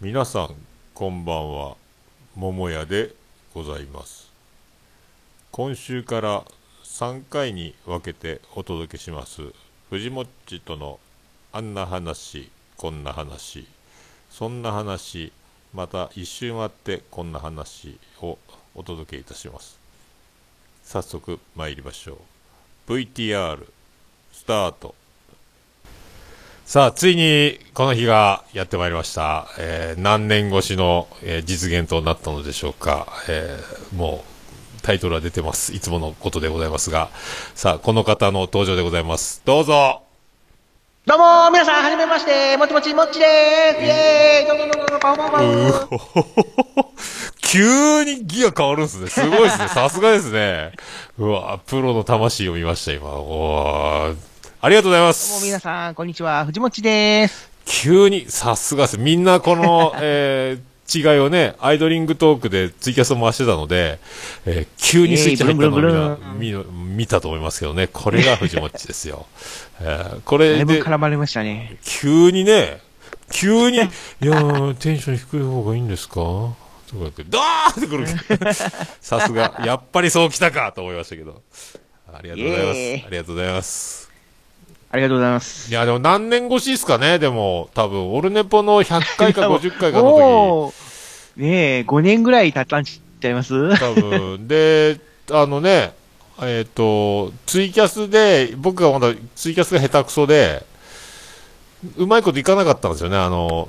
皆さんこんばんは桃屋でございます今週から3回に分けてお届けします藤もっちとのあんな話こんな話そんな話また一周回ってこんな話をお届けいたします早速参りましょう VTR スタートさあ、ついにこの日がやってまいりました。えー何年越しの、えー実現となったのでしょうか、えーもうタイトルは出てます。いつものことでございますが。さあ、この方の登場でございます。どうぞどうもー皆さん、はじめましてもちもちもっちでーすイェーイどうぞどうぞどうぞパフォーマうンスおほほほ急にギア変わるんですね。すごいですね。さすがですね。うわプロの魂を見ました、今。おーありがとうございまどうす。も皆さん、こんにちは、藤もっちでーす。急に、さすがです。みんなこ の、えー違いをね、アイドリングトークでツイキャスを回してたので、えー急にスイッチ入ったのをえーブみルんンブルンな見の見たと思いますけどね、これが藤もっちですよ。えーこだれいぶで、絡まれましたね。急にね、急に、いやー、テンション低い方がいいんですかとか言って、ドーってくる。 さすが、やっぱりそう来たかと思いましたけど。ありがとうございまイエーすイ。ありがとうございます。ありがとうございます。いや、でも何年越しですかね、でも、多分、オルネポの100回か50回かのおーねえ、5年ぐらい経ったんちゃいます時、多分。で、あのね、えっ、と、ツイキャスで、僕がまだツイキャスが下手くそで、うまいこといかなかったんですよね、あの、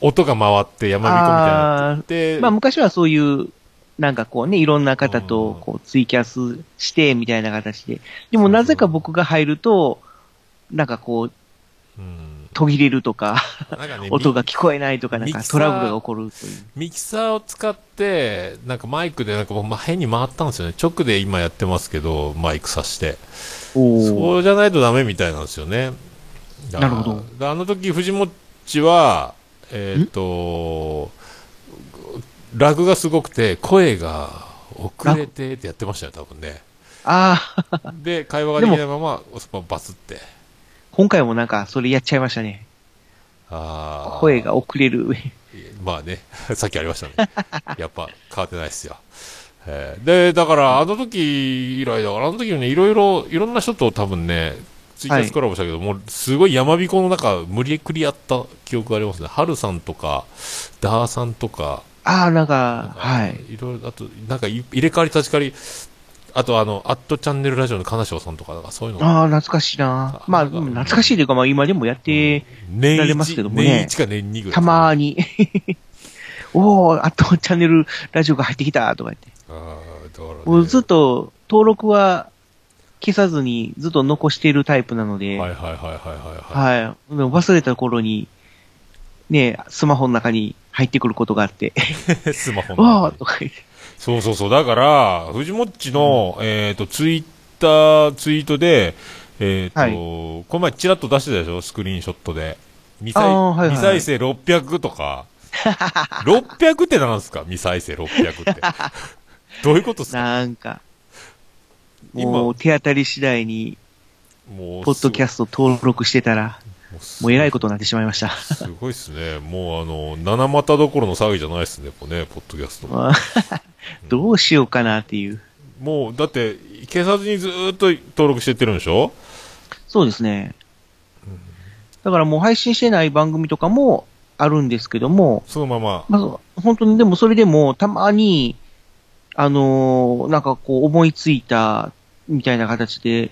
音が回って山見込みたいになって。でまあ、昔はそういう、なんかこうね、いろんな方とこうツイキャスして、みたいな形で。でもなぜか僕が入ると、なんかこう、うん 途切れるとか、なんかね、音が聞こえないとか、なんミキかサートラブルが起こるという。ミキサーを使って、なんかマイクで、なんかもうま変に回ったんですよね。直で今やってますけど、マイクさして。おーそうじゃないとダメみたいなんですよね。だなるほどであの時、藤もっちは、えーっ、と、ラグがすごくて、声が遅れてってやってましたよ、多分ね。ああ、で、会話ができないまま、そのままバツって。今回もなんか、それやっちゃいましたね。あー声が遅れる。まあね、 さっきありましたね。 やっぱ変わってないっすよ。えーで、だから、あの時以来だから、あの時もね、いろいろ、いろんな人と多分ね、ツイキャスコラボしたけど、もうすごい山彦の中、無理くりやった記憶がありますね。ハルさんとか、ダーさんとか、ああ、なんか、はい。いろいろ、あと、なんかい入れ替わり立ち替わり、あとあの、アットチャンネルラジオの金賞さんとか、なんかそういうのが、ああ、懐かしいな。まあ、なんか懐かしいというか、まあ今でもやって、年られますけ一、どもね年一か年二ぐらい。たまー に。おお、あとチャンネル、ラジオが入ってきた、とか言って。あーだからねもうずっと、登録は消さずに、ずっと残しているタイプなので、はいはいは。いはいはいはい、はい。でも忘れた頃に、ねえ、スマホの中に入ってくる ことがあって、スマホの中におおとか言って。そうそうそう。だから、藤もっちの、えっ、と、ツイッター、ツイートで、えっ、と、はこの前チラッと出してたでしょスクリーンショットで。未再,、あーはいはい未再生600と か。600ってなんですか未再生600って。 どういうことですかなんか、今もう手当たり次第に、もポッドキャスト登録してたら、トもうえらいこことになってしまいました。と。すごいっすね。もうあの、七股どころの騒ぎじゃないですね、こうね、ポッドキャスト。まあ どうしようかなっていう。もう、だって、消さずにずーっと登録してってるんでしょそうですね。だからもう配信してない番組とかもあるんですけども、そのまま。まあ、本当にでもそれでもたまに、あのーなんかこう思いついたみたいな形で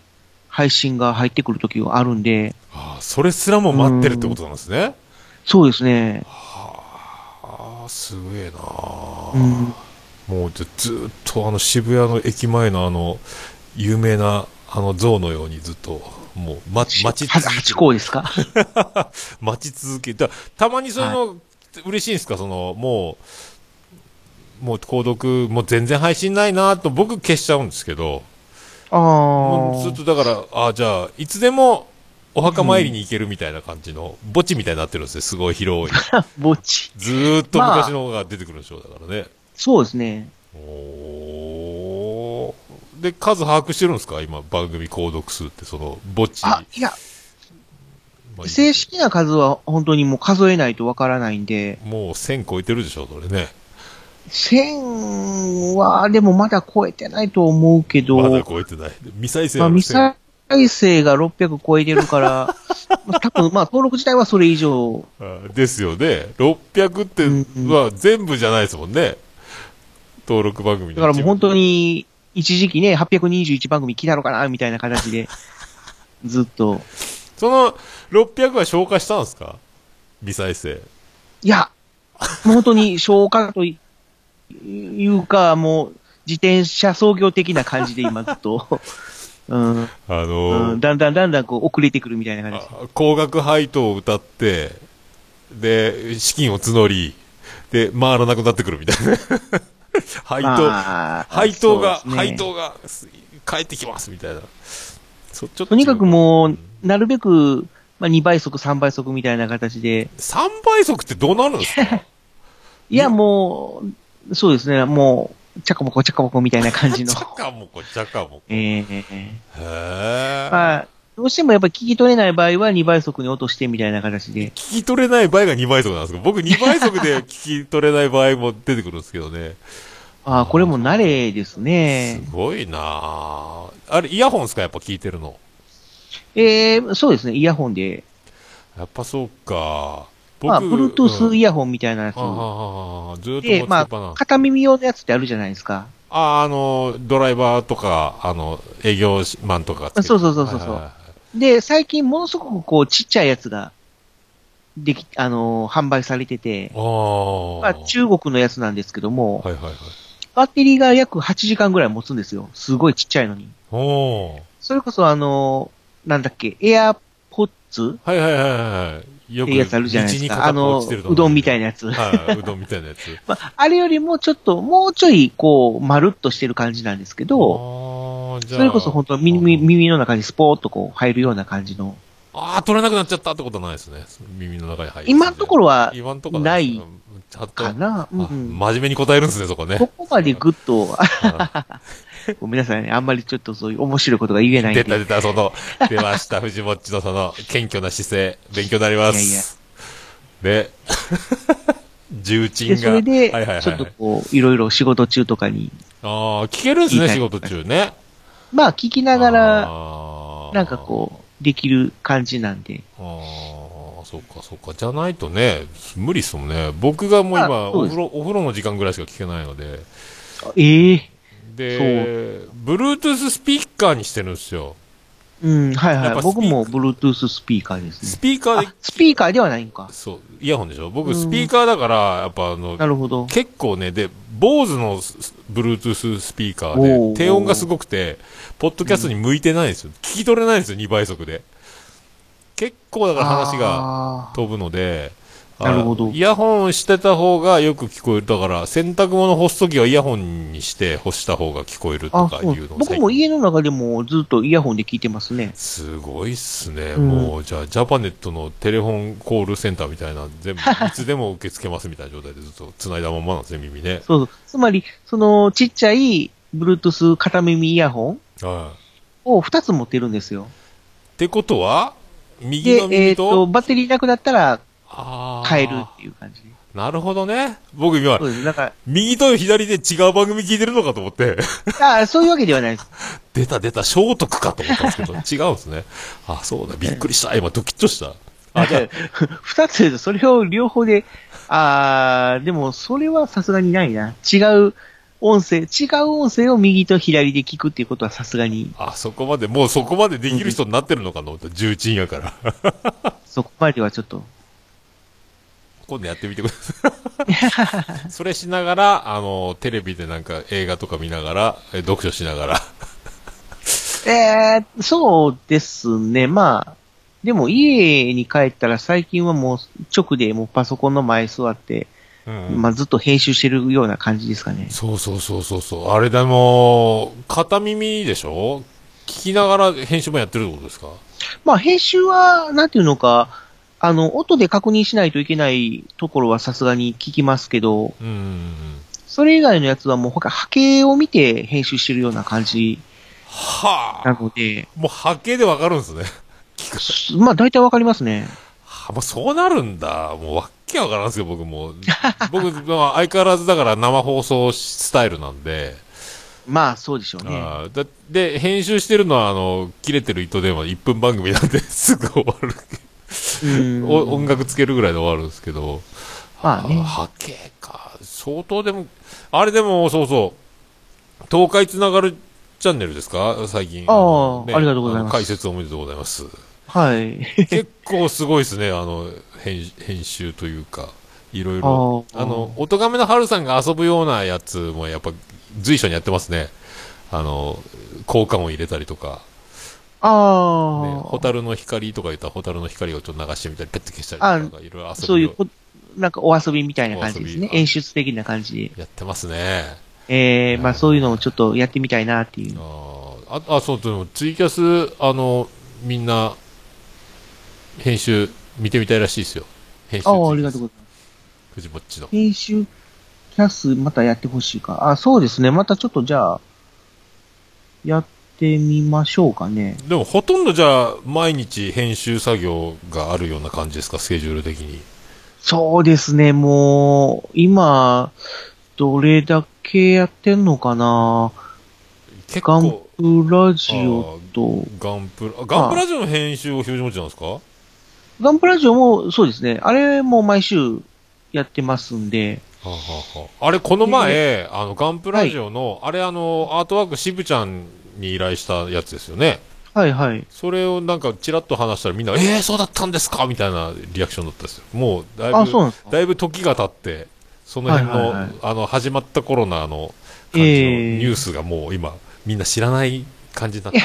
配信が入ってくる時があるんで、ああ、それすらも待ってるってことなんですね。そうですね。ああ、すげえなあうん、もうずずーっとあの渋谷の駅前のあの、有名なあの像のようにずっと、もう、ま、待ちは続八け、甲ですか待ち続け、だたまにその、嬉しいんですかその、もう、もう、購読、もう全然配信ないなと僕消しちゃうんですけど、あもうずあっ。とだから、ああ、じゃあ、いつでも、お墓参りに行けるみたいな感じの、墓地みたいになってるんですよ、すごい広い。ぼっち。ずーっと昔の方が出てくるんでしょう、だからね。そうですね。おーで、数把握してるんですか今、番組購読数って、その、墓地。あ、いや、まあいい正式な数は本当にもう数えないとわからないんで、もう1000超えてるでしょ、それね。 1000はでもまだ超えてないと思うけど、まだ超えてない。未再生まあ、の未再生が600超えてるから、 まあ多分まあ登録自体はそれ以上、 1000あですよね。600ってうんは全部じゃないですもんね。登録番組の一部だからもう本当。に一時期ね、821番組来たのかなみたいな形で、 ずっと。その600は消化したんですか未再生。いや、もう本当に消化といいうか、もう自転車操業的な感じで今ずっと、 うんあうのん、だんだんだんだんこう遅れてくるみたいな感じです。あ高額配当を歌って、で、資金を募り、で、回らなくなってくるみたいな。 配当、まあ配当が、そうですね配当がす返ってきますみたいな。そちょっととにかくも違う、なるべく、まあ、2倍速、3倍速みたいな形で、 3倍速ってどうなるんです かいや、もう、そうですね、もう、ちゃかもこちゃかもこみたいな感 じのちゃ。かもこ、ちゃかもこ。ええへえ、まあ、どうしてもやっぱり聞き取れない場合は2倍速に落としてみたいな形で。聞き取れない場合が2倍速なんですか僕2倍速 で聞き取れない場合も出てくるんですけどね。ああ、これも慣れですね。すごいなああれ、イヤホンですかやっぱ聞いてるの。ええそうですね、イヤホンで。やっぱそうか。まあ、Bluetooth イヤヤホンみたいなやつ。あああああずーっと持ちで、っまぱな。あ、片耳用のやつってあるじゃないですか。あ、あの、ドライバーとか、あの、営業マンとかつけてそうそうそうそうそはいうはいはいで、最近ものすごくこう、ちっちゃいやつが、でき、あのー販売されてて、あまあ、中国のやつなんですけども、はいはいはい。バッテリーが約8時間ぐらい持つんですよ。すごいちっちゃいのに。おお。それこそあのーなんだっけ、エアポッツはいはいはいはい。よっていうやつあるじゃないですか。あのー、うどんみたいなやつ。な。はい、うどんみたい なやつ。まあ、あれよりもちょっと、もうちょい、こう、まるっとしてる感じなんですけど、うそれこそ本当耳、耳の中にスポーっとこう入るような感じの、ああ、取れなくなっちゃったってことはないですね。耳の中に入る。今のところは今のところないちゃんと、かあな。うんうん真面目に答えるんですね、そこね。 ここまでぐっ と、あごめんなさいね。あんまりちょっとそういう面白いことが言えないんで。出た出た、その、出ま した、藤もっちのその、謙虚な姿勢、勉強になります。いやいやで、 重鎮で、が。それではいはいはいは、い、ちょっとこう、いろいろ仕事中とかに、ああ、聞けるんです聞ね、いた仕り事中ね。まあ聞きながら、らなんかこう、できる感じなんで。う。ああ、そっかそっか。じゃないとね、無理っすもんね。僕がもう今、あそうおです風呂、お風呂の時間ぐらいしか聞けないので。ええで、Bluetooth スピーカーにしてるんですよ。うん、はいやっはぱい。スピーカ僕ーも Bluetooth スピーカーですスね。ピーカーであ、、スピーカーではないんか。そう、イヤホンでしょう僕、んスピーカーだから、やっぱあのな、るほど。結構ね、で、坊主のスス Bluetooth スピーカーおで、ー低音がすごくて、ポッドキャストに向いてないんですよ。聞き取れないんですよ、2倍速で。結構だから話がが。飛ぶので、なるほどあイヤホンしてた方がよく聞こえる。だから、洗濯物干すときはイヤホンにして干した方が聞こえるとあ、かいそううのを僕最も近家の中でもずっとイヤホンで聞いてますね。すごいっすね、うんもうじゃあ、ジャパネットのテレフォンコールセンターみたいな、全部いつでも受け付けますみたいな状態でずっと繋いだまんまなんですね、耳ね。そうそう。つまり、その、ちっちゃい Bluetooth 片耳イヤホンはい、を2つ持ってるんですよ。ってことは、で右の、えっ、耳と、と、バッテリーなくなったらあー変えるっていう感じで。なるほどね、僕今そ、うです。だか右と左で違う番組聞いてるのかと思って、 ら、あーそういうわけではないです。出た出た、聖徳かと思ったんですけ ど、違うんですね、あそうだ、びっくりした、今、ドキッとした。あじゃあ 二つで、それを両方で、あー、でもそれはさすがにないな。違う音声、違う音声を右と左で聞くっていうことはさすがに、あ、そこまで、もうそこまでできる人になってるのかと思った、重鎮やから。 そこまではちょっと。今度やってみてくださ い。それしながら、あの、テレビでなんか映画とか見ながら、え読書しながら。えー、そうですね。まあ、でも家に帰ったら最近はもう直でもうパソコンの前座って、まあずっと編集してるような感じですかね。そうそうそうそうそう。あれでも、片耳でしょ聞きながら編集もやってるってことですかまあ編集は、なんていうのか、あの、音で確認しないといけないところはさすがに聞きますけど、うんうんうん。それ以外のやつはもう他波形を見て編集してるような感じはなあ。ので、もう波形でわかるんですね。聞きが。すまあ、大体わかりますね。あもうそうなるんだ。もうわっけわからんですよ、僕もう。 僕、まあ、相変わらずだから生放送スタイルなんで。まあ、そうでしょうね。あーだで、編集してるのは、あの、切れてる糸電話1分番組なんですぐ終わる。うんお音楽つけるぐらいで終わるんですけど。まあね波形か。相当でも、あれでも、そうそう。東海つながるチャンネルですか最近。あーのありがとうございますあの解説おめでとうございます。はい。 結構すごいですね、あの、編編集というか、いろいろ。あーあの、おとがめの春さんが遊ぶようなやつもやっぱ随所にやってますね。あの、効果も入れたりとか、ねああ、蛍の光とか言ったら蛍の光をちょっと流してみたり、ペッて消したりとか、いろいろ遊ぶよそういうこ、なんかお遊びみたいな感じでおす遊ね。びあ演出的な感じやってますね。で。えー、まあそういうのをちょっとやってみたいなっていう。あーあ、あそう、でもツイキャス、あの、みんな、編集見てみたいらしいですよ。編集ツあイキャス。あ、ありがとうございます。藤ぼっちの。編集キャスまたやってほしいか。あ、そうですね。またちょっとじゃあ、やってみましょうかね。でもほとんどじゃあ毎日編集作業があるような感じですかスケジュール的にそうですね。もう、今、どれだけやってんのかな結ガン構プラジオと、ガンプラあガンプラジオの編集を表示持ちなんですかガンプラジオもそうですね。あれも毎週やってますんで、はあはあはああれこの前あのガンプラジオの、あれあのアートワークしぶちゃんに依頼したやつですよねはいはい。それをなんかちらっと話したらみんな「えー、そうだったんですか!」みたいなリアクションだったんですよもうだいぶあ、そうなんですか。だいぶ時が経ってその辺の、はいはいはいあの始まった頃のあの感じのええニュースがもう今みんな知らない感じになってま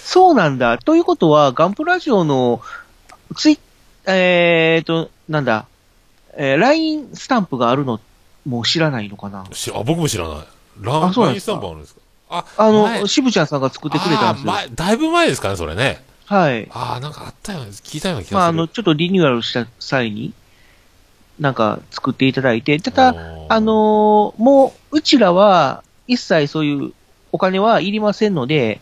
すそうなんだ。ということは、ガンプラジオの、ツイえーと、なんだ、えー、LINE スタンプがあるの、もう知らないのかな しあ僕も知らない。ランあそうなライんンですスタかンプあるんですかあ、あ前の、しぶちゃんさんが作ってくれたんですよあ。ー前だいぶ前ですかね、それね。はい。ああ、なんかあったような、聞いたような気まあ、があする。の、ちょっとリニューアルした際に、なんか作っていただいて、ただ、おーあ、のーもう、うちらは、一切そういうお金はいりませんので、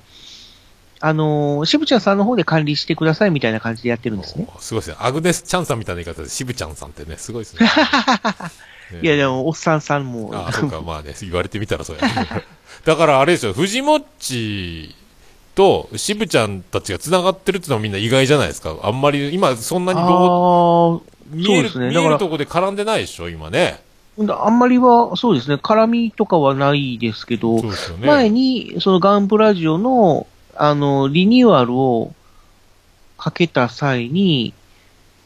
あのー、しぶちゃんさんの方で管理してくださいみたいな感じでやってるんですね。おーすごいですね。アグネス・チャンさんみたいな言い方で、渋ちゃんさんってね、すごいですね。ね いや、でも、おっさんさんも、あ あ、そうか、まあね、 言われてみたらそうや。だからあれですよ、藤もっちと渋ちゃんたちが繋がってるってのはみんな意外じゃないですか。あんまり、今そんなにどうあ見えそうでる、すね見だえからるとこで絡んでないでしょ、今ね。あ、あんまりは、そうですね、絡みとかはないですけど、そうですよね。前に、そのガンプラジオの、あの、リニューアルをかけた際に、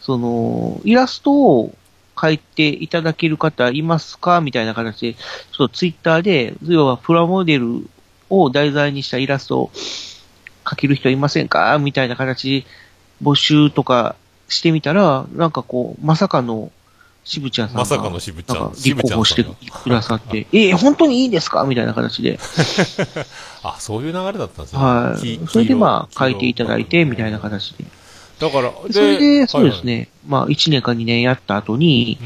その、イラストを描いていただける方いますかみたいな形で、ちょっとツイッターで、要はプラモデルを題材にしたイラストを描ける人いませんかみたいな形で募集とかしてみたら、なんかこう、まさかの、渋ちゃんさんが。まさかの渋ちゃんなんか立候補して渋ちくださって、ええ本当にいいですかみたいな形で。あ、そういう流れだったんですね。はいき。それでまあ、書いていただいて、黄色みたいな形で。だから、それで、そうです。はね。まあ、1年か2年やった後に、い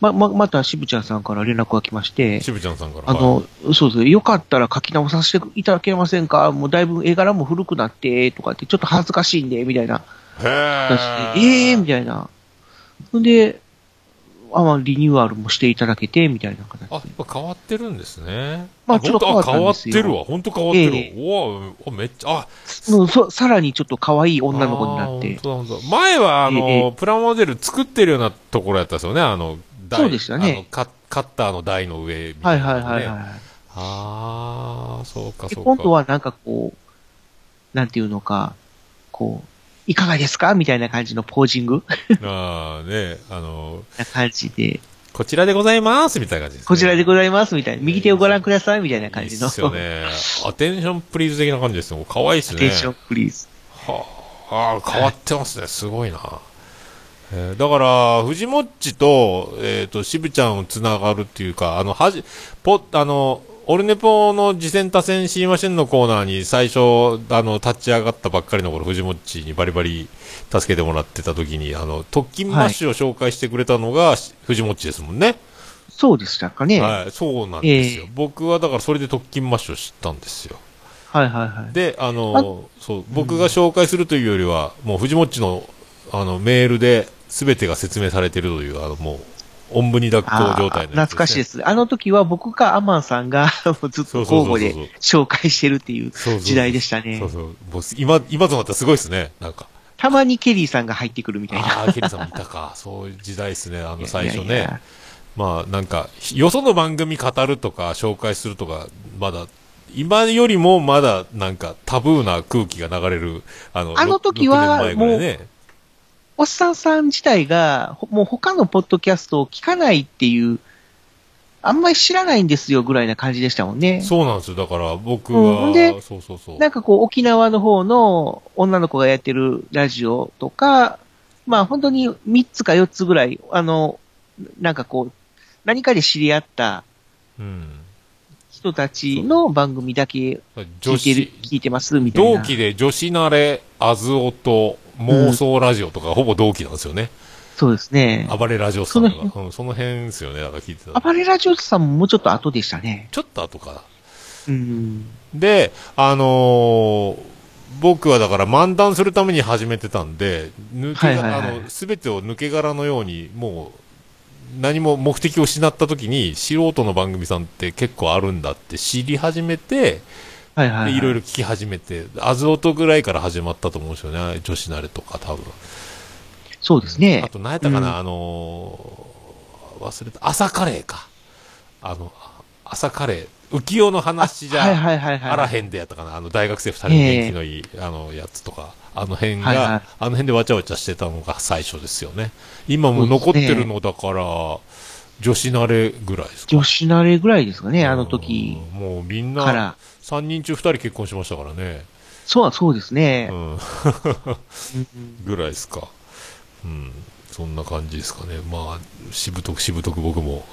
はいま、ま、また渋ちゃんさんから連絡が来ましうん。て、しぶちゃんさんから。あはいの、そうですね。よかったら書き直させていただけませんかもうだいぶ絵柄も古くなって、とかって、ちょっと恥ずかしいんで、みたいなへ形で。ええみたいたいな。ほんで、あ、まあ、リニューアルもしていただけて、みたいな形な。あ、やっぱ変わってるんですね。まあ本当ちょっと変わったんあですよ変わってるわ。本当変わってるわ。えうわうわ、めっちゃ、あ、もうそさらにちょっと可愛い女の子になっあてー。本当だ本当だ前は、あの、ええプラモデル作ってるようなところやったんですよね。あの、台そうでしたねあのカカッターの台の上みたはいいな、はいはいはい。ああ、そうか、で、そうか。今度はなんかこう、なんていうのか、こう、いかがですかみたいな感じのポージング ああ、ね、あの、な感じで、こちらでございます、みたいな感じです、ね。こちらでざいございますみたいな、右手をご覧くださいみたいな感じの、いいっすよね。アテンションプリーズ的な感じですね。可愛いっすアね。 テンションプリーズ。はあ、あー変わってますね。すごいな。えーだから、藤もっちと、えっ、と、しぶちゃんをつながるっていうか、あの、はじ、ぽ、あの、オルネポの次戦多戦シーマシンのコーナーに最初、あの、立ち上がったばっかりの頃、藤もっちにバリバリ助けてもらってた時に、あの、特勤マッシュを紹介してくれたのが、し藤もっちですもんね。そうでしたかね。ははい、そうなんですよ。僕はだからそれで特勤マッシュを知ったんですよ。い、はいはいはい。で、あの、そう、僕が紹介するというよりは、もう藤もっちの、あの、メールで全てが説明されているという、あの、もう、おんぶに抱っこ状態のやつですね、あー懐かしいですね。あの時は僕かアマンさんが もうずっと交互でそうそう紹介してるっていうそうそう時代でしたねそう。そう。もう今、今となったらすごいですね、なんか。たまにケリーさんが入ってくるみたいな。ああ、ケリーさんもいたか。そういう時代ですね、あの最初ね。いやいやまあなんか、よその番組語るとか紹介するとか、まだ、今よりもまだなんかタブーな空気が流れる、あの、あの時ろはく6年前ぐらいね、おっさんさん自体が、ほもう他のポッドキャストを聞かないっていう、あんまり知らないんですよぐらいな感じでしたもんね。そうなんですよ。だから僕うんは、でそうそうそう。なんかこう、沖縄の方の女の子がやってるラジオとか、まあ本当に3つか4つぐらい、あの、なんかこう、何かで知り合ったうん。人たちの番組だけ聞女いてる子、、聞いてますみたいな。同期で女子慣れ、あずおと、妄想ラジオとか、ほぼ同期なんですよね。そうですね。暴れラジオさんが。そのうん、その辺ですよね、だから聞いてたの。暴れラジオさんももうちょっと後でしたね。ちょっと後かな。うん。で、あのー僕はだから漫談するために始めてたんで、抜けが、はいはいはいあの、すべてを抜け殻のように、もう、何も目的を失った時に、素人の番組さんって結構あるんだって知り始めて、はいはい、はい。でいろいろ聞き始めて、あずおとぐらいから始まったと思うんですよね、女子慣れとか多分。そうですね。あと何やったかな、うんあのー忘れた、朝カレーか。あの、朝カレー、浮世の話じゃ、はいはいはいはい。あらへんでやったかな、あの大学生二人の元気のいい、あのやつとか、あの辺が、はいはいあの辺でわちゃわちゃしてたのが最初ですよね。今もう残ってるのだから、女子慣れぐらいですか。女子慣れぐらいですかね、あの時うん。もうみんかなら、三人中二人結婚しましたからね。そうはそうですねう。ん、ぐらいですか。うん、そんな感じですかね。まあ、しぶとくしぶとく僕も、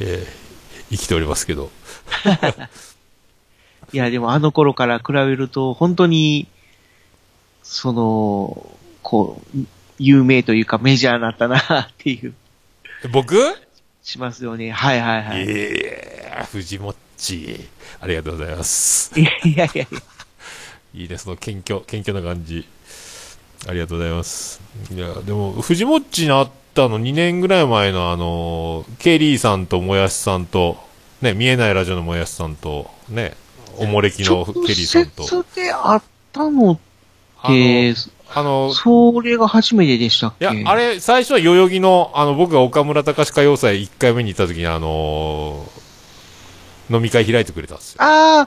えー生きておりますけど。いや、でもあの頃から比べると、本当に、その、こう、有名というかメジャーになったなっていう、僕しますよね。はいはいはい。ええー、藤もっち。ありがとうございます。いやいやいや。いいです、その謙虚、謙虚な感じ。ありがとうございます。いや、でも、藤もっちに会ったの2年ぐらい前のあの、ケリーさんともやしさんと、ね、見えないラジオのもやしさんと、ね、おもれきのケ直リーさんと。接であったのっあての、、あの、それが初めてでしたっいけや、あれ、最初は代々木の、あの、僕が岡村隆史歌謡祭1回目に行った時に、あのー飲み会開いてくれたんですよ。あ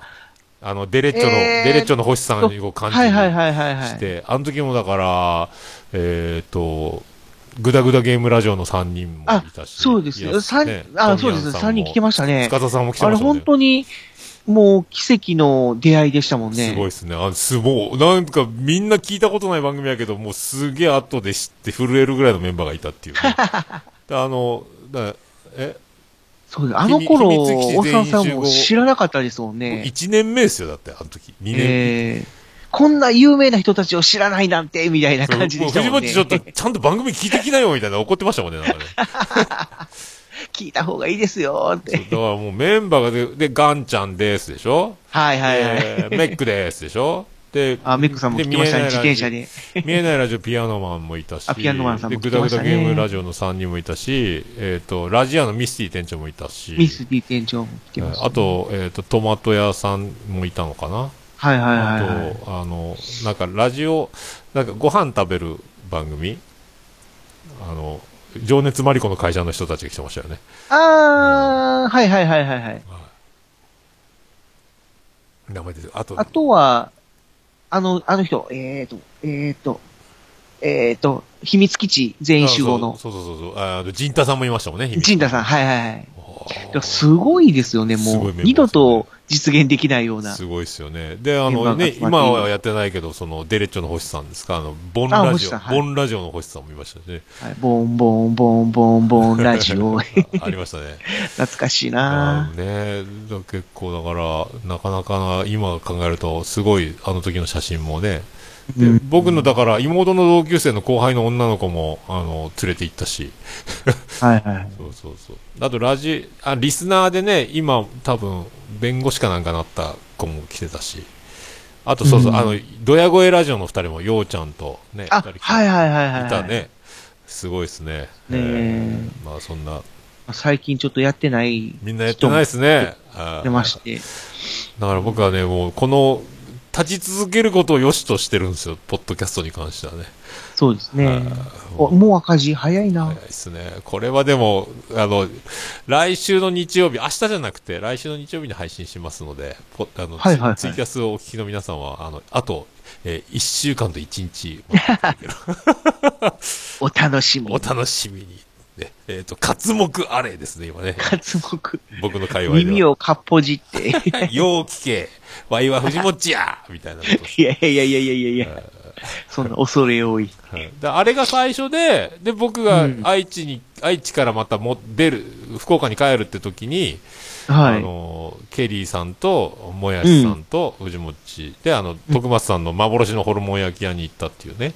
あの、デレッチョの、えーデレッチョの星さんにこうあ、感じはいはいはいはいはしい。て、あの時もだから、えっ、と、グダグダゲームラジオの3人もあいた、し。そうですいよ。や三、ねあ、トそうミでヤンさす。んも三人来てましたね。塚田さんも来てあまれしたもん本ね。当に、もう奇跡の出会いでしたもんね。すごいですね。あすもう、なんかみんな聞いたことない番組やけど、もうすげえ後で知って震えるぐらいのメンバーがいたっていう、 ね。であの、だえ、そうです。あの頃、秘密基地全員おっさんさん集も合知らなかったですもんね。 1年目ですよ、だって、あの時。2年えーこんな有名な人たちを知らないなんて、みたいなそう感じでしたももうん藤ね。本ちょっと、ちゃんと番組聞いてきなよ、みたいな怒ってましたもんね、なんかね。 聞いた方がいいですよ、そっうてだ。からもうメンバーがで、で、ガンちゃんですでしょはいはいはい。えーメックですでしょで、あ、メックさんも来てましたでね、自転車で。見えないラジオピアノマンもいたし、あピアノマンさんもで来グてダまグしたダゲねームラジオの3人もいたし、えっ、と、ラジアのミスティ店長もいたし、ミスディ店長も来てました、あ、と、えっ、と、トマト屋さんもいたのかな、はいはいはいはい。あと、あの、なんかラジオ、なんかご飯食べる番組あの、情熱マリコの会社の人たちが来てましたよね。あー、はいはいはいはいはい。名前です。あと、あとは、あの、あの人、えーと、えーと、えーと、秘密基地全員集合の、そうそうそうそうそう。あの、陣田さんもいましたもんね、陣田ん。さん、はいはいはい。おだーからすごいですよね、すごも。いうメンバーですね二度と実現できないような。すごいですよね。で、あメンバのーがね、集まって今はやってないけど、その、デレッチョの星さんですか、あの、ボンあラ星ジさオ、んはいボンラジオの星さんもいました ね。はいボンボンボンボンボンラジ オ。ありましたね。懐かしいあなーねだ結構だから、なかなかな、今考えると、すごい、あの時の写真もね。で、うん僕の、だから、妹の同級生の後輩の女の子も、あの、連れて行ったし。はいはい。そうそうそう。あと、ラジ、あ、リスナーでね、今、多分、弁護士かなんかなった子も来てたし。あとそうそう、うんあの、ドヤ声ラジオの二人も、ようちゃんとね、あ、二人はいはいはいはい。いた。ね。すごいですね。ねええーまあそんな、最近ちょっとやってない。みんなやってないですね。あー出まして。だから僕はね、もうこの、立ち続けることを良しとしてるんですよ、ポッドキャストに関してはね。そうですね。あーおもう赤字早いな早い。ですね。これはでも、あの、来週の日曜日、明日じゃなくて、来週の日曜日に配信しますので、ポあの、はいはいはいツイツイキャスをお聞きの皆さんは、あの、あと、えー、1週間と1日、 お楽しみお。楽しみに。ね、えっ、と、活目あれですね、今ね。活目。僕の会話では。耳をかっぽじって。よう聞け。わいは藤もっちやみたいなことですいやいやいやいやいやいや。そんな恐れ多い。はいであれが最初で、で、僕がうん愛知に、愛知からまたも出る、福岡に帰るって時に、はあい。の、ケリーさんと、もやしさんと、藤もっち、で、あの、徳松さんの幻のホルモン焼き屋に行ったっていうね。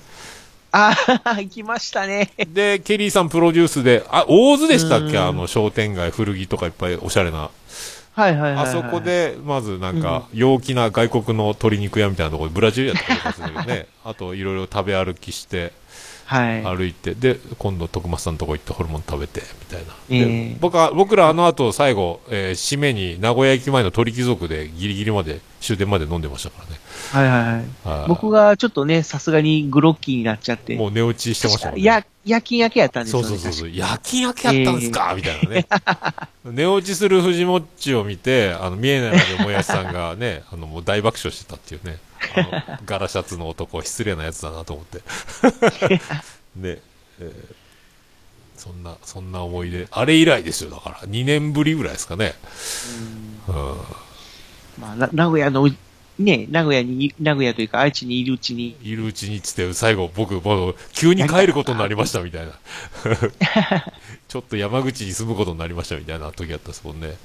ああ、行きましたね。で、ケリーさんプロデュースで、あ、大津でしたっけうんあの、商店街、古着とかいっぱいおしゃれな。はいはいはいはあい。そこ。で、まずなんか、陽気な外国の鶏肉屋みたいなところで、ブラジルやったりとかするんだけどね。あと、いろいろ食べ歩きして、は歩いて、で、今度、徳松さんのとこ行ってホルモン食べて、みたいな。でええ僕は、僕らあの後、最後、えー締めに名古屋駅前の鳥貴族でギリギリまで、終電まで飲んでましたからね。い。はいはいはい。あー僕がちょっとね、さすがにグロッキーになっちゃって。もう寝落ちしてましたもんね。や、夜勤明けやったんですそようね。そうそう確そかう。夜勤明けやったんですか、みたい なね。寝落ちする藤もっちを見て、あの、見えないのでもやしさんがね、あの、もう大爆笑してたっていうね。あの、ガラシャツの男、失礼なやつだなと思って。で、えーそんな、そんな思い出。あれ以来ですよ、だから。2年ぶりぐらいですかね。うんまあ、な名古屋の、ね、名古屋に、名古屋というか愛知にいるうちに、いるうちにつって、最後僕、もう急に帰ることになりましたみたいな。 ちょっと山口に住むことになりましたみたいな時あったですもんね。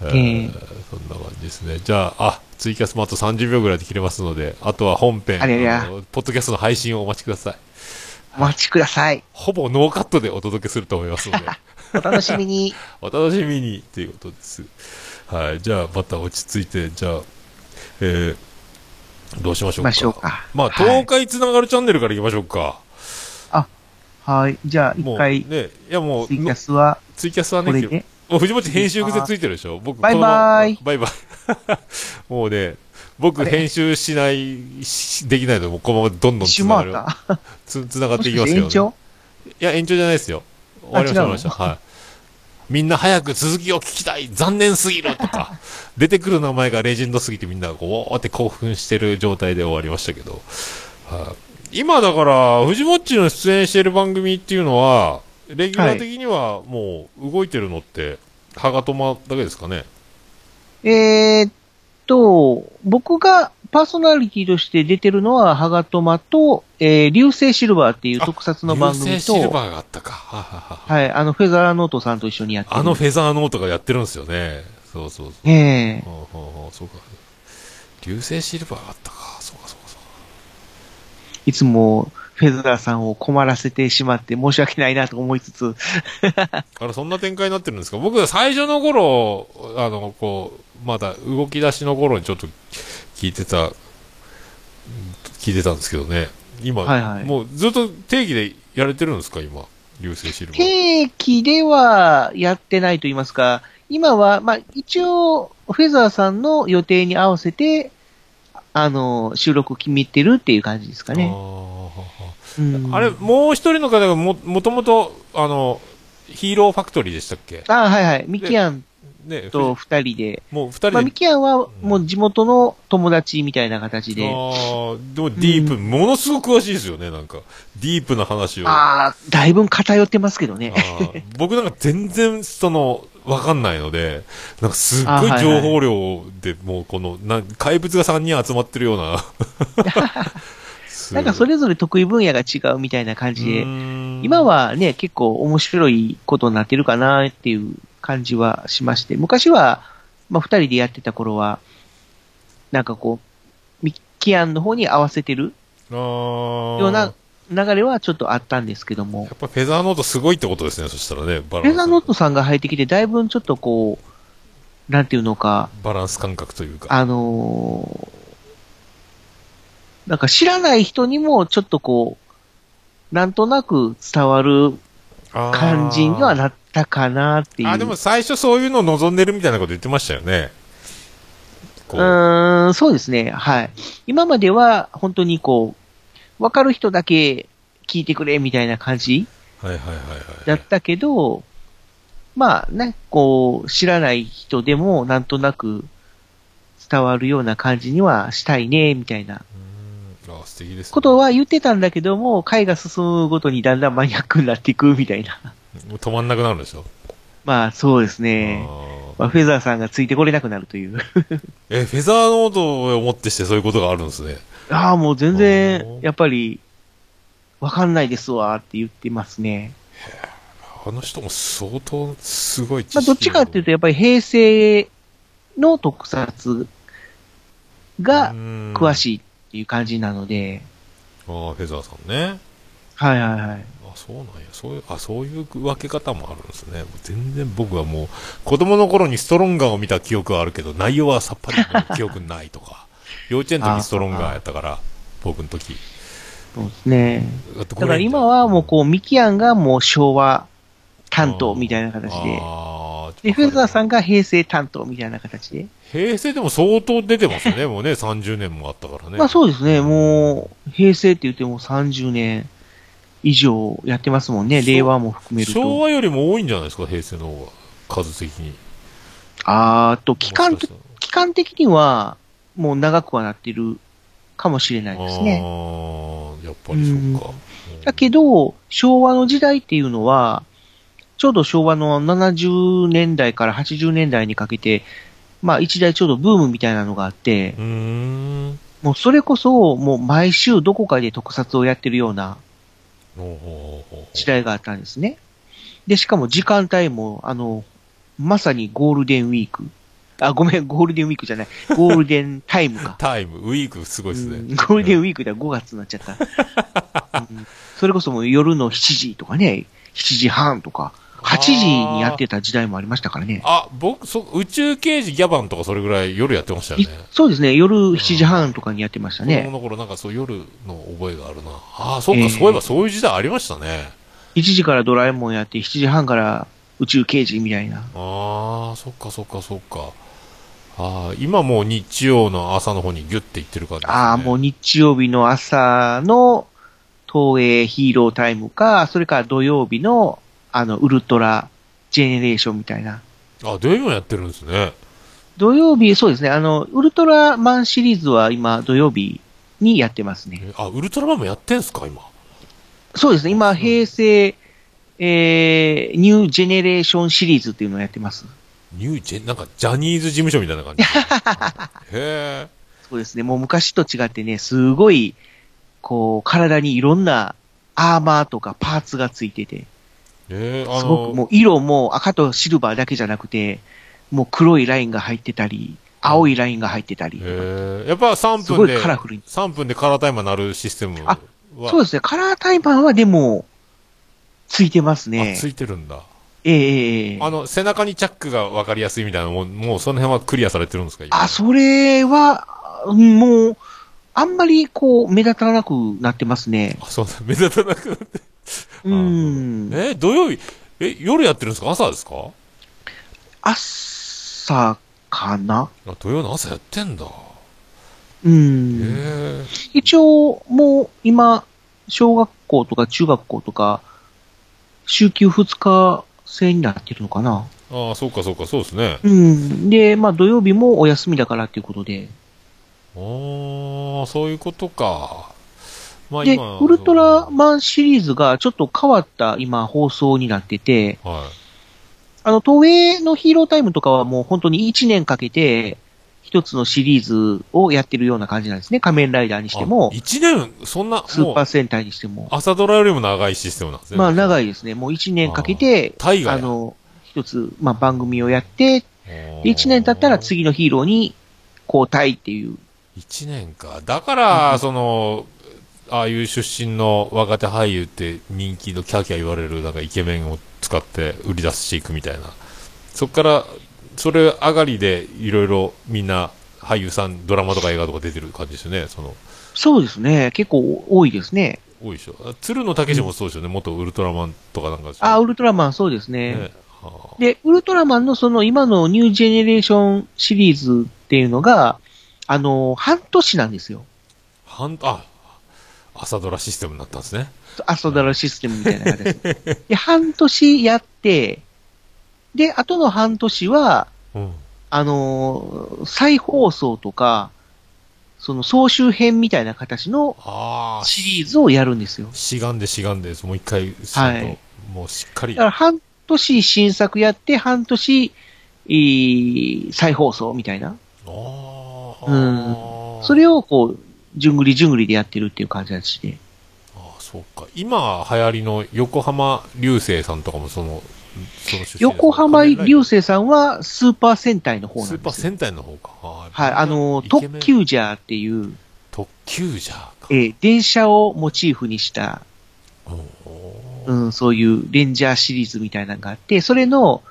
えーええそんな感じですね。じゃあ、あ、ツイキャスもあと30秒ぐらいで切れますので、あとは本編、ありゃりゃのポッドキャストの配信をお待ちください。お待ちください。ほぼノーカットでお届けすると思います ので、お楽しみに。お楽しみにということです。はい。じゃあ、また落ち着いて、じゃあ、えー どうしましょうか。ましょうかまあ、はい東海つながるチャンネルから行きましょうか。はい。じゃあ、も一う回、ね、いやもう、ツイキャスは、ツイキャスはね、これでもう藤本編集癖ついてるでしょ僕、バイバイこのままバイバイ。 もうね、僕あれ編集しない、しできないのもうこのままどんどんシつュなマがーる。タつ、つながー。っもていしきかましすてよ、延ね。長いや、延長じゃないですよ。終わりました、終あ違うわのりました。はい。みんな早く続きを聞きたい残念すぎると か、出てくる名前がレジェンドすぎてみんなこう、おーって興奮してる状態で終わりましたけど。はい。今だから、フジモッチの出演してる番組っていうのは、レギュラー的にはもう動いてるのって、ハガトマだけですかね。えーっと、僕がパーソナリティとして出てるのは、ハガトマと、えー、流星シルバーっていう特撮の番組流星シルと、バーがあったか。はははははい、あの、フェザーノートさんと一緒にやってる。あのフェザーノートがやってるんですよね。そうそうそう。ええほうほうほうそうか。流星シルバーがあったか。そうかそうかそうか。いつも、フェザーさんを困らせてしまって申し訳ないなと思いつつ、あら、そんな展開になってるんですか僕は最初の頃、あの、こう、まだ動き出しの頃にちょっと聞いてた、うん聞いてたんですけどね。今、はいはいもうずっと定義でやれてるんですか今、流星シルバー。定期ではやってないと言いますか、今は、まあ、一応、フェザーさんの予定に合わせて、あの、収録決めてるっていう感じですかあーね。ははうんあれ、もう一人の方がも、もともと、あの、ヒーローファクトリーでしたっけあはいはい。ミキアンね、と藤二人で。もう二人で。まあ、ミキアンはもう地元の友達みたいな形で。あーでもディープ、ものすごく詳しいですよね、なんか。ディープな話を。ああ、だいぶ偏ってますけどね。あー僕なんか全然その、わかんないので、なんかすっあごはいいはい情報量で、もうこの、なん怪物が3人集まってるような。すご ないんかそれぞれ得意分野が違うみたいな感じでう。ーん今はね、結構面白いことになってるかなっていう感じはしまして、昔は、まあ、二人でやってた頃は、なんかこう、ミッキーアンの方に合わせてるあーような流れはちょっとあったんですけどもや、っぱフェザーノートすごいってことですね、そしたらね、バランス。レザーノットさんが入ってきて、だいぶちょっとこう、なんていうのか、バランス感覚というか。あのーなんか知らない人にもちょっとこう、なんとなく伝わるあー感じにはなったかなっていう。あ、でも最初そういうの望んでるみたいなこと言ってましたよね。こうう。あーん、そうですね。はい。今までは本当にこう、わかる人だけ聞いてくれみたいな感じはいはいはいだはっい。たけど、まあね、こう、知らない人でもなんとなく伝わるような感じにはしたいね、みたいなうんあ、素敵です、ね。ことは言ってたんだけども、回が進むごとにだんだんマニアックになっていくみたいな。 もう止まんなくなるんでしょ。まあそうですあね。ーまあ、フェザーさんがついてこれなくなるという。え、フェザーノートを持ってしてそういうことがあるんですね。ああ、もう全然お、ーやっぱり、わかんないですわって言ってますね。あの人も相当すごい知まあ、どっちかっていうと、やっぱり平成の特撮が詳い。しいっていう感じなので、あーフェザーさんね。はいはいはい。あ、そうなんや。そういう、あ、そういう分け方もあるんですね。もう全然僕はもう、子供の頃にストロンガーを見た記憶はあるけど、内容はさっぱり記憶ないと か。幼稚園の時ストロンガーやったから、僕の時。そうですね。だってこだれから今はもうこう、ミキアンがもう昭和担当みたいな形で、あーで、フェザーさんわかが平成担当みたいな形で。る平成でも相当出てますね、もうね、30年もあったからね。まあそうですね、もう、平成って言っても30年以上やってますもんね、そう令和も含める昭と。和よりも多いんじゃないですか、平成の方が。数的に。あーっと、期間もしか、としたら期間的には、もう長くはなってるかもしれないですね。ああ、やっぱりそうか。うんだけど、昭和の時代っていうのは、ちょうど昭和の70年代から80年代にかけて、まあ一代ちょうどブームみたいなのがあってう、ーん。もうそれこそもう毎週どこかで特撮をやってるようなおうおうおうおう時代があったんですね。で、しかも時間帯も、あの、まさにゴールデンウィーク。あ、ごめん、ゴールデンウィークじゃない。ゴールデンタイムか。タイム、ウィーク、すごいですうんね。ゴールデンウィークでは5月になっ ちゃった、うんそれこそもう夜の7時とかね、7時半とか、8時にやってた時代もありましたからね。あ、僕、そ、宇宙刑事ギャバンとかそれぐらい夜やってましたよいね。そうですね、夜7時半とかにやってました子供ね。の頃なんかそう夜の覚えがあるな。ああ、そっか、ええそういえばそういう時代ありましたね。 1時からドラえもんやって、7時半から宇宙刑事みたいな。ああ、そっかそっかそっか。ああ、今もう日曜の朝の方にギュッて行ってる感じです、ね。ああ、もう日曜日の朝の東映ヒーロータイムか、それから土曜日のあのウルトラジェネレーションみたいな。あ、土曜日もやってるんですね。土曜日、そうですね、あの、ウルトラマンシリーズは今土曜日にやってますね。えあ、ウルトラマンもやってんすか、今。そうですね、今平成、えー、ニュージェネレーションシリーズっていうのをやってます。ニュージェン、なんかジャニーズ事務所みたいな感じ。へえ。そうですね、もう昔と違ってね、すごい、こう、体にいろんなアーマーとかパーツがついてて、えー、あすごくもの、う色も赤とシルバーだけじゃなくて、もう黒いラインが入ってたり、青いラインが入ってたり、えー、やっぱ3すご分いで、カラフルに。 3分でカラータイマーなるシステムは、あそうですね、カラータイマーはでも、ついてますあね。ついてるんだ。ええええあの、背中にチャックが分かりやすいみたいなのも、もうその辺はクリアされてるんですか、今あ、それは、うんもう、あんまりこう、目立たなくなってますね。あ、そうだ、目立たなくなって。うえん。ー土曜日、え、夜やってるんですか朝ですか朝かなあ土曜の朝やってんだ。うへん。え。一応、もう今、小学校とか中学校とか、週休2日制になってるのかな。ああ、そうかそうか、そうですね。うん。で、まあ土曜日もお休みだからっていうことで。ああ、そういうことか。まあで、今。ウルトラマンシリーズがちょっと変わった今放送になってて、はあの、東映のヒーロータイムとかはもう本当に1年かけて、一つのシリーズをやってるような感じなんですね。仮面ライダーにい。してもあ、一年、そんな、スーもパーう、戦隊にしても。朝ドラよりも長いシステムなんですね。まあ長い。いですね。もう1年かけて、大河あや。の、一つ、まあ、番組をやって、あー一年経ったら。次のヒーローに交代っていう。一年か。だかうら、んその、ああいう出身の若手俳優って人気のキャーキャー言われる、なんかイケメンを使って売り出していくみたいな。そっから、それ上がりでいろいろみんな俳優さん、ドラマとか映画とか出てる感じですね、その、そうですね。結構多いですね。多いでしょ。あ鶴野武もそうですよね、元ウルトラマンとかなんかでしょあ、ウルトラマンそうですね。ねはあで、ウルトラマンのその今のニュージェネレーションシリーズっていうのが、あの、半年なんですよ。半あ朝ドラシステムになったんですね。朝ドラシステムみたいな形 で。で、半年やって、で、あとの半年は、うん、あのー再放送とか、その総集編みたいな形のああ、シリーズをやるんですよ。しがんでしがんで、もう一回すはるいと、もうしっかりだか、ら半年新作やって、半年、えー再放送みたいな。ああ、それをこう、じゅんぐりじゅんぐりでやってるっていう感じなんですね。ああそうか。今流行りの横浜流星さんとかもその、その出身だ横浜仮面ライダ流星さんはスーパー戦隊のー方なスんーパでーすよ。戦隊の方か。はいはい、あのー、イケメ特ン急ジャーっていう、特急じゃか。えー電車をモチーフにした、おーうん、そういうレンジャーシリーズみたいなのがあって、それの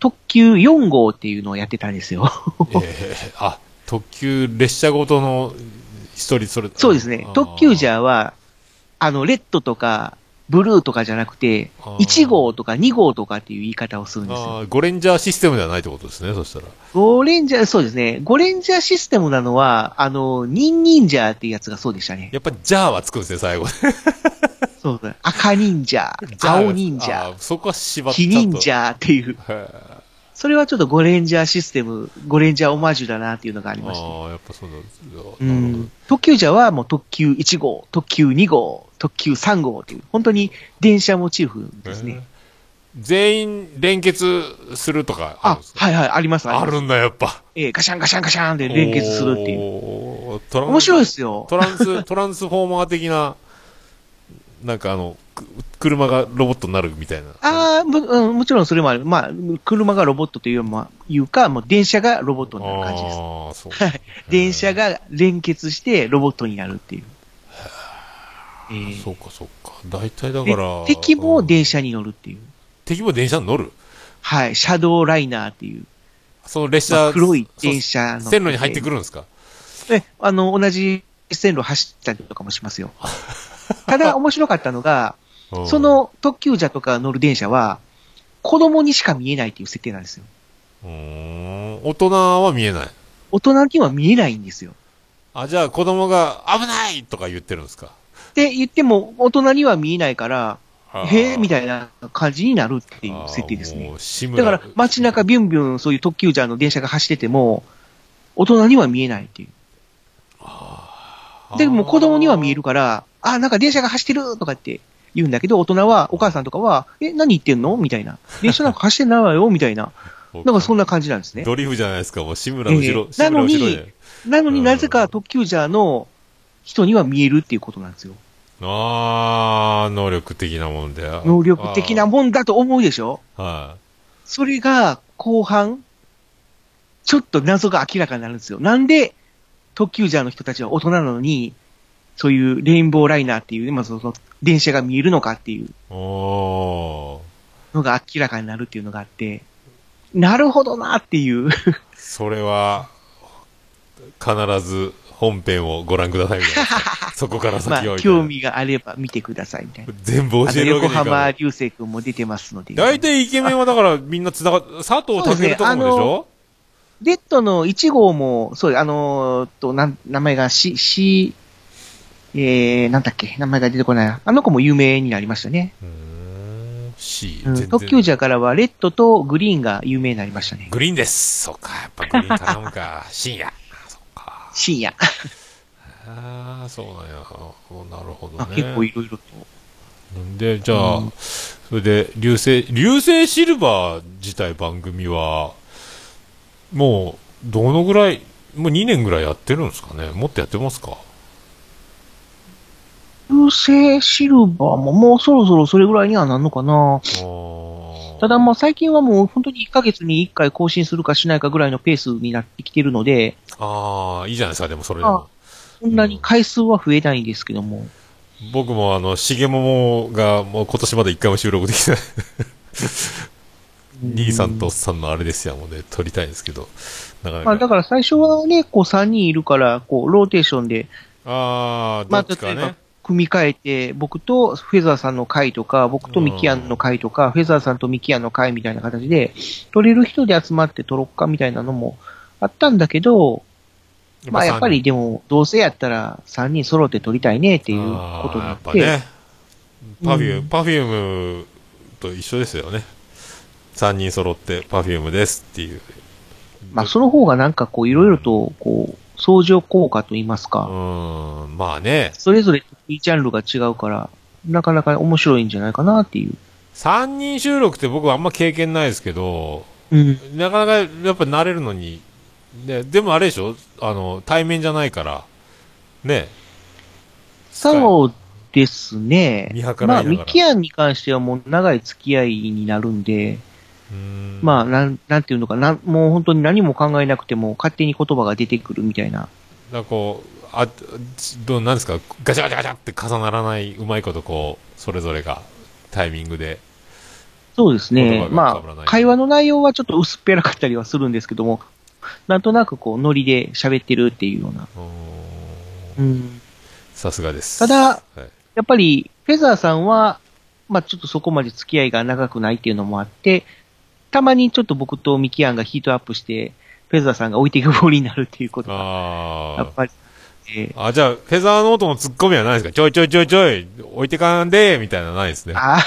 特急4号っていうのをやってたんですよ。 ええあ、特急列車ごとの一人それ。そうですねあ。ー特急ジャーは、あの、レッドとか、ブルーとかじゃなくてあー、 1号とか2号とかっていう言い方をするんですよ。ああ、ゴレンジャーシステムではないってことですね、そしたら。ゴレンジャー、そうですね。ゴレンジャーシステムなのは、あの、ニンニンジャーっていうやつがそうでしたね。やっぱジャーはつくんですね、最後。そうだ。赤忍者、 青忍者あ、ーそこは縛っ黄忍者っていう。へーそれはちょっとゴレンジャーシステム、ゴレンジャーオマージュだなっていうのがありました。ああ、やっぱそうなんですよ。うなるほん特急車はもう特急1号、特急2号、特急3号っていう、本当に電車モチーフどですね。へー全員連結するとかあるんあです、かはいはい、あります、ありまするんだ、やっぱ。ええガシャンガシャンガシャンで連結するっていう。おー。トラン面白いですよ。トラン ス、トランスフォーマー的な、なんかあの、く車がロボットになるみたいな。ああ、も、うん、もちろんそれもある。まあ、車がロボットというよりも、いうか、もう電車がロボットになる感じです。ああ、そう。はい。電車が連結してロボットになるっていう。ええそうか、そうか。大体だかでら。敵もうん電車に乗るっていう。敵も電車に乗るはい。シャドーライナーっていう。その列ま車。あ黒い電車そうの。線路に入ってくるんですかえ、あの、同じ線路走ったりとかも しますよ。ただ、面白かったのが、うんその特急車とか乗る電車は、子供にしか見えないっていう設定なんですよ。うーん。大人は見えない。大人には見えないんですよ。あ、じゃあ子供が危ないとか言ってるんですかって言っても、大人には見えないから、へえ、いみたいな感じになるっていうな設定ですね。。だだから、街中ビュンビュンそういう特急車の電車が走ってても、大人には見えないっていう。でも子供には見える。から、あ、なんか電車が走ってるとかって言うんだけど、大人は、お母さんとかは、え、何言ってんのみたいな。電車なんか走って ないわよみたいな。だなんかそんな感じなんですね。ドリフじゃないですか、もう志村後ろ、ええ志村後ろじゃなのになのになぜか特急ジャーの人には見えるっていうことなんですよ。あー、能力的なもんだよ。能力的なももんだと思うでしょん。はそれが後半、ちょっと謎が明らかになるんですよ。なんで特急ジャーの人たちは大人なのに、そういうレインボーライナーっていう、まあその電車が見えるのかっていうい。おー。のが明らかになるっていうのがあって、なるほどなっていう。それは、必ず本編をご覧くだ さいみたいな。そこからま先はあ、みたいな興味があれば見てくださいみたいな。全部あ教の、えるわけに横いかな浜い。流星君も出てますので。大体イケメンはだからみんな繋がっ、佐藤そうです健ねとかもでしょレッドの1号も、そう、あのーっと、なん、名前が、し、し、えー、なんだっけ、名前が出てこないな。あの子も有名になりましたね。うーん C う。ん、特急ジャーからは、レッドとグリーンが有名になりましたね。グリーンです。そっか、やっぱグリーン頼む か。深夜。そっか。深夜。 ああ、そうなんや。なるほどまあね。結構いろいろと。なんで、じゃあ、それで、流星、流星シルバー自体番組は、もう、どのぐらい、もう2年ぐらいやってるんですかね。もっとやってますか。流星シルバーももうそろそろそれぐらいにはなるのかな。ただもう最近はもう本当に1ヶ月に1回更新するかしないかぐらいのペースになってきてるので、ああ、いいじゃないですか、でもそれでもあ。そんなに回数は増えないんですけども。僕もあの、しげももが、もう今年まで一回も収録できてない。兄さんとおっさんのあれですやもんね、撮りたいんですけど、なかなまあ、だから最初はね、こう3人いるから、こう、ローテーションで、ああ、どまあっ、ち例かえね。ば、組み替えて、僕とフェザーさんの会とか、僕とミキアンの会とか、フェザーさんとミキアンの会みたいな形で、取れる人で集まって取ろっかみたいなのもあったんだけど、まあやっぱりっでも、どうせやったら3人揃って取りたいねっていうことになやっっぱて、ね。パフューうム、んパフュームと一緒ですよね。3人揃ってパフュームですっていう。まあその方がなんかこう、いろいろと、こう、相乗効果といいますうか、ーん、まあね。それぞれ得意ジャンルが違うから、なかなか面白いんじゃないかなっていう。 3人収録って僕はあんま経験ないですけど、うん。なかなかやっぱ慣れるのに、ね、でもあれでしょあの、対面じゃないから、ね、そうですね。見計らいながらまあ、ミキアンに関してはもう長い付き合いになるんで、うーんまあ、なん、なんていうのかな、もう本当に何も考えなくても勝手に言葉が出てくるみたいな。なんかこう、あ、どう、なんですか、ガチャガチャガチャって重ならない、うまいことこう、それぞれが、タイミングで。そうです言葉ね。が被まらないあ、会話の内容はちょっと薄っぺらかったりはするんですけども、なんとなくこう、ノリで喋ってるっていうような。うーんうん。さすがです。ただはい、やっぱり、フェザーさんは、まあ、ちょっとそこまで付き合いが長くないっていうのもあって、たまにちょっと僕とミキアンがヒートアップして、フェザーさんが置いていくぼりになるっていうことが、やあっぱり、えーあ。あ、じゃあ、フェザーノートのツッコミはないですかちょいちょいちょいちょい、置いてかんで、みたいなのないですね。あ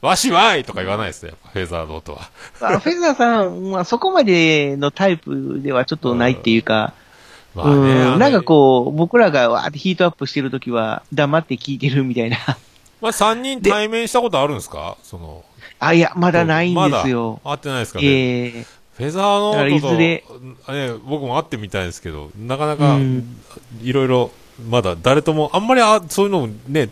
わしわいとか言わないですね、やっぱフェザーノートは。あ、フェザーさん、まあ、そこまでのタイプではちょっとないっていうか、まあねあうの。ん、なんかこう、僕らがわーってヒートアップしてるときは、黙って聞いてるみたいな。まあ、3人対面したことあるんですかその。あ、いや、まだないんですよ。まだ会ってないですかね。ええフェザーノだからいずーれトと、ね、僕も会ってみたいですけど、なかなかうん、いろいろ、まだ誰とも、あんまりあそういうのもね、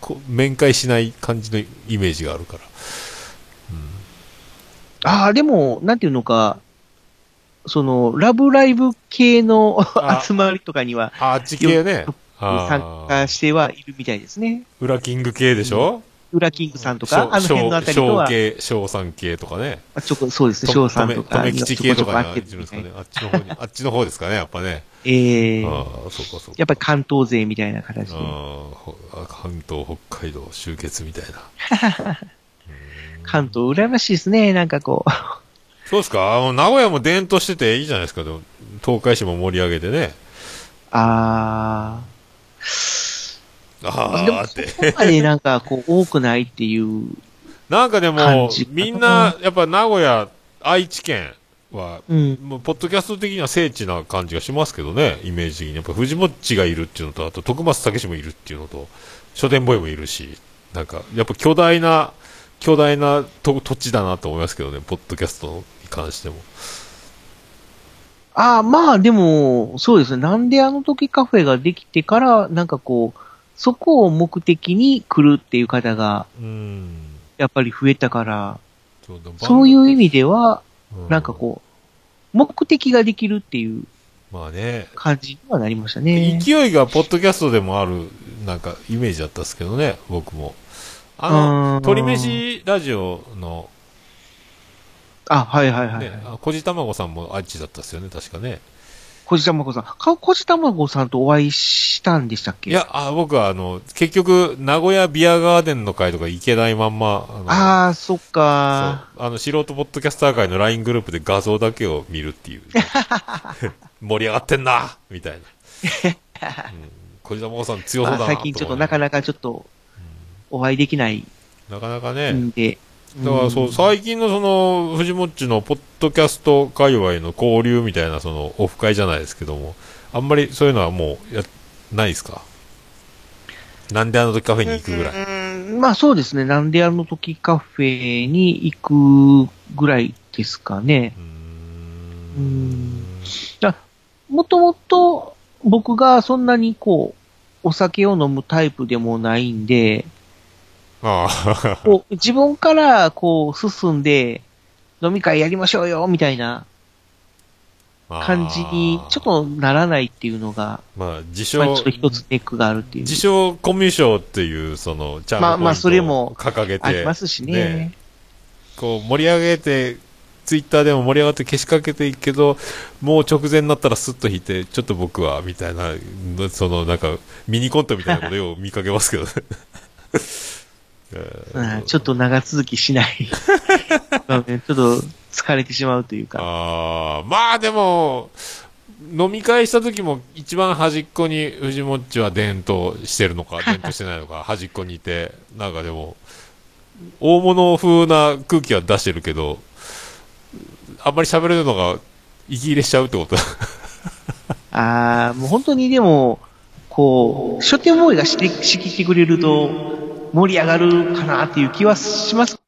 こ面会しない感じのイメージがあるから。ああ、でも、なんていうのか、その、ラブライブ系のあ集まりとかには、ああっち系ね。参あ加あ。してはいるみたいですね。ウラキング系でしょウラキングさんととか、あの辺のあたりとは、系、小三系とかね。あちょこそうですね、翔さんとか、め吉系とかにああっってちるのでみすたかいねな。。あっちの方に、あっちの方ですかね、やっぱね。ええああ、そうかそうか。やっぱり関東勢みたいな形で、ああほあ関東、北海道集結みたいな。関東羨ましいですね、なんかこう。そうですかあの名古屋も伝統してていいじゃないですか。でも東海市も盛り上げてね。ああ。でああも、っそて。こまでなんかこう、多くないっていう、なんかで感もじ、みんな、やっぱ名古屋、愛知県は、うん。もうポッドキャスト的には聖地な感じがしますけどね、イメージ的に。やっぱ藤もっちがいるっていうのと、あと徳松武史もいるっていうのと、書店ボーイもいるし、なんか、やっぱ巨大な、巨大なと土地だなと思いますけどね、ポッドキャストに関しても。ああ、まあでも、そうですね。なんであの時カフェができてから、なんかこう、そこを目的に来るっていう方が、うん。やっぱり増えたから、そうだそういう意味では、うなんかこう、目的ができるっていううん。まあね、感じにはなりましたね。勢いがポッドキャストでもある、なんか、イメージだったんですけどね、僕も。あうーの、ん鳥飯ラジオの、あ、はいはいはい。ね、あこじたまごさんも愛知だったですよね、確かね。小じたまごさん。か、小じたまごさんとお会いしたんでしたっけい、や、あ僕はあの、結局、名古屋ビアガーデンの会とか行けないまんま、あの、ああ、そっか。そうあの素人ポッドキャスター会の LINE グループで画像だけを見るって いう。盛り上がってんなみたいな。うん、小じたまごさん強そうまだあな最近ちょっとなかか。なかちょっと、お会いできないなかなかね、んで。だからそう、ん最近のその、藤もっちのポッドキャスト界隈の交流みたいな、その、オフ会じゃないですけども、あんまりそういうのはもう、や、ないですかなんであの時カフェに行くぐらい。うーんまあそうですね。なんであの時カフェに行くぐらいですかね。うー。うんん。もともと僕がそんなにこう、お酒を飲むタイプでもないんで、ああ、こう自分からこう進んで、飲み会やりましょうよ、みたいな 感じに、ちょっ。とならないっていうのが、 まあ、自ま称あちょっ、と一つネックがあるっていう。自称コミュ障っていう、その、チャームまあまあポイントを掲げて、ありますしね。こう、盛り上げてツイッターでも盛り上がってけしかけていくけど、もう直前になったらスッと引いて、ちょっと僕は、みたいな、そのなんか、ミニコントみたいなことを見かけますけどね。えうーんちょっと長続き しない。 まあねちょっと疲れてしまうというか。あーまあでも、飲み会した時も一番端っこに藤もっちは伝統してるの か、伝統してないのか、端っこにいて、なんかでも、大物風な空気は出してるけど、あんまり喋れるのが息切れしちゃうってことだ。ああ、もう本当にでも、こう、書店ボーイがして、仕切ってくれると盛り上がるかなっていう気はします